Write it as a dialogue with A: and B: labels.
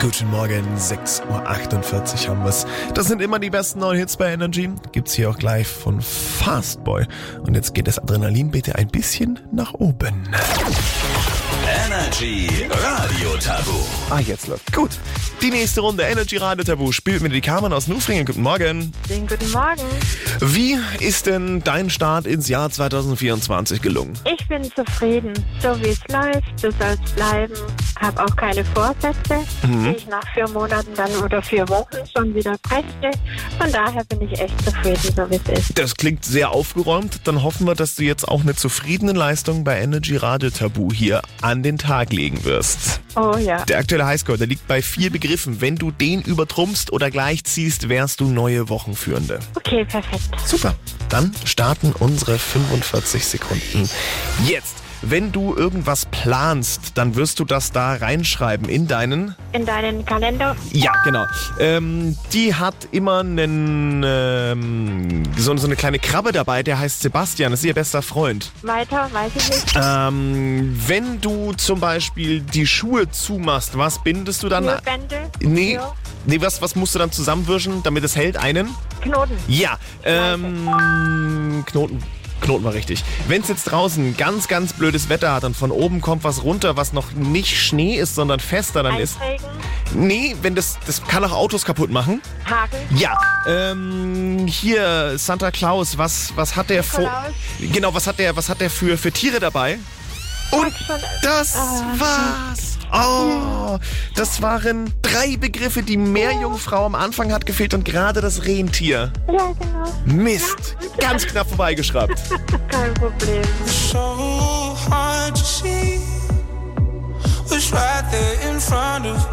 A: Guten Morgen, 6.48 Uhr haben wir's. Das sind immer die besten neuen Hits bei Energy. Gibt's hier auch gleich von Fastboy. Und jetzt geht das Adrenalin bitte ein bisschen nach oben.
B: Energy Radio Tabu.
A: Ah, jetzt läuft. Gut. Die nächste Runde Energy Radio Tabu spielt mit die Carmen aus Nufringen. Guten Morgen.
C: Den guten Morgen.
A: Wie ist denn dein Start ins Jahr 2024 gelungen?
C: Ich bin zufrieden, so wie es läuft. Du sollst bleiben. Hab auch keine Vorsätze,
A: Mhm.
C: die ich nach vier Monaten dann oder vier Wochen schon wieder breche. Von daher bin ich echt zufrieden, so wie es ist.
A: Das klingt sehr aufgeräumt. Dann hoffen wir, dass du jetzt auch eine zufriedene Leistung bei Energy Radio Tabu hier an den Tag legen wirst.
C: Oh ja.
A: Der aktuelle Highscore, der liegt bei vier Begriffen. Wenn du den übertrumpfst oder gleichziehst, wärst du neue Wochenführende.
C: Okay, perfekt.
A: Super. Dann starten unsere 45 Sekunden jetzt. Wenn du irgendwas planst, dann wirst du das da reinschreiben in deinen.
C: In deinen Kalender.
A: Ja, genau. Ähm, die hat immer einen, ähm, so, so eine kleine Krabbe dabei, der heißt Sebastian, das ist ihr bester Freund.
C: Weiter, weiß ich nicht.
A: Ähm, wenn du zum Beispiel die Schuhe zumachst, was bindest du dann?
C: Bändel.
A: Nee,
C: Ja.
A: nee was, was musst du dann zusammenwirschen, damit es hält? Einen?
C: Knoten.
A: Ja, ähm, Knoten. Knoten war richtig. Wenn es jetzt draußen ganz, ganz blödes Wetter hat und von oben kommt was runter, was noch nicht Schnee ist, sondern fester, dann ist...
C: Einträgen.
A: Nee, wenn das... Das kann auch Autos kaputt machen.
C: Hagel.
A: Ja, ähm, hier, Santa Claus, was, was hat der vor...
C: Nikolaus.
A: Genau, was hat der, was hat der für, für Tiere dabei? Und
C: schon- Ah,
A: das war's. Oh, das waren drei Begriffe, die Meerjungfrau am Anfang hat gefehlt und gerade das Rentier.
C: Ja, genau.
A: Mist. Ganz knapp vorbeigeschraubt.
C: Kein Problem.
D: so hard to see was right there in front of me